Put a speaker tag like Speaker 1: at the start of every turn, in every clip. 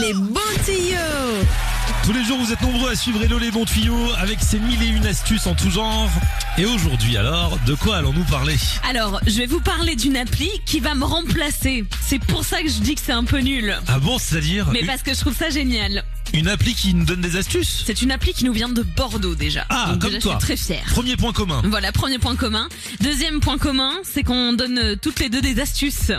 Speaker 1: Les bons tuyaux
Speaker 2: Tous les jours, vous êtes nombreux à suivre Hello les bons tuyaux avec ses mille et une astuces en tout genre. Et aujourd'hui, alors, de quoi allons-nous parler
Speaker 1: Alors, je vais vous parler d'une appli qui va me remplacer. C'est pour ça que je dis que c'est un peu nul.
Speaker 2: Ah bon, c'est-à-dire
Speaker 1: Mais
Speaker 2: une,
Speaker 1: parce que je trouve ça génial.
Speaker 2: une appli qui nous donne des astuces
Speaker 1: C'est une appli qui nous vient de Bordeaux déjà.
Speaker 2: Ah,
Speaker 1: Donc
Speaker 2: comme
Speaker 1: déjà,
Speaker 2: toi.
Speaker 1: Je suis très fière.
Speaker 2: Premier point commun.
Speaker 1: Voilà, premier point commun. Deuxième point commun, c'est qu'on donne euh, toutes les deux des astuces.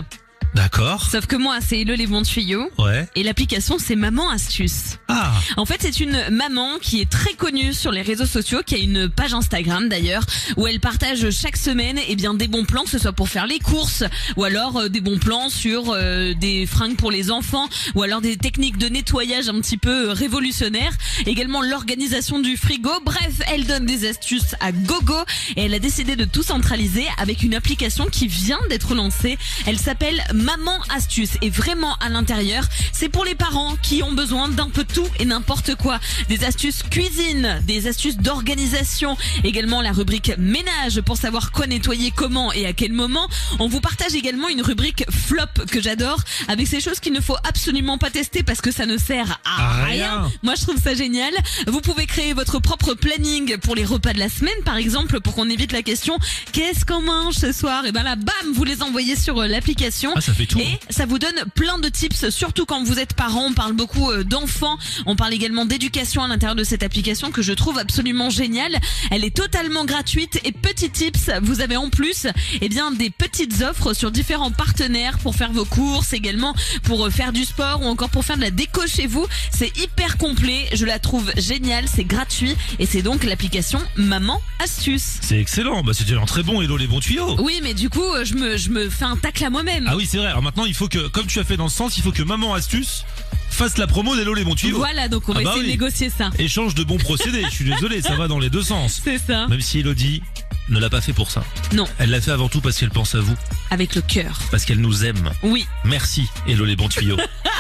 Speaker 2: D'accord.
Speaker 1: Sauf que moi, c'est le les bons tuyaux.
Speaker 2: Ouais.
Speaker 1: Et l'application, c'est Maman Astuce.
Speaker 2: Ah,
Speaker 1: En fait, c'est une maman qui est très connue sur les réseaux sociaux, qui a une page Instagram d'ailleurs, où elle partage chaque semaine eh bien, des bons plans, que ce soit pour faire les courses, ou alors euh, des bons plans sur euh, des fringues pour les enfants, ou alors des techniques de nettoyage un petit peu euh, révolutionnaires, également l'organisation du frigo. Bref, elle donne des astuces à gogo et elle a décidé de tout centraliser avec une application qui vient d'être lancée. Elle s'appelle Maman Astuce et vraiment à l'intérieur, c'est pour les parents qui ont besoin d'un peu tout et n'importe quoi. Des astuces cuisine, des astuces d'organisation, également la rubrique ménage pour savoir quoi nettoyer comment et à quel moment. On vous partage également une rubrique flop que j'adore avec ces choses qu'il ne faut absolument pas tester parce que ça ne sert à rien.
Speaker 2: À ah, rien.
Speaker 1: Moi, je trouve ça génial. Vous pouvez créer votre propre planning pour les repas de la semaine, par exemple, pour qu'on évite la question qu'est-ce qu'on mange ce soir Et ben là, bam, vous les envoyez sur euh, l'application.
Speaker 2: ah ça fait tout.
Speaker 1: Et ça vous donne plein de tips, surtout quand vous êtes parent. On parle beaucoup euh, d'enfants. On parle également d'éducation à l'intérieur de cette application que je trouve absolument géniale. Elle est totalement gratuite et petit tips. Vous avez en plus, eh bien, des petites offres sur différents partenaires pour faire vos courses, également pour euh, faire du sport ou encore pour faire de la déco chez vous. C'est hyper complet. Je la trouve géniale. C'est gratuit et c'est donc l'application Maman Astuce.
Speaker 2: C'est excellent. Bah, c'est déjà très bon, Hello les bons tuyaux.
Speaker 1: Oui, mais du coup, euh, je me, je me fais un tacle à moi-même.
Speaker 2: Oh. Ah oui, c'est vrai. Alors maintenant, il faut que, comme tu as fait dans le sens, il faut que Maman Astuce fasse la promo d'Hello les bons tuyaux.
Speaker 1: voilà, donc on
Speaker 2: Ah
Speaker 1: va
Speaker 2: bah
Speaker 1: essayer
Speaker 2: oui.
Speaker 1: de négocier ça.
Speaker 2: Échange de bons procédés. Je suis désolé, ça va dans les deux sens.
Speaker 1: C'est ça.
Speaker 2: Même si Elodie ne l'a pas fait pour ça.
Speaker 1: Non.
Speaker 2: Elle l'a fait avant tout parce qu'elle pense à vous,
Speaker 1: Avec le cœur.
Speaker 2: parce qu'elle nous aime.
Speaker 1: Oui.
Speaker 2: Merci, Hello les bons tuyaux.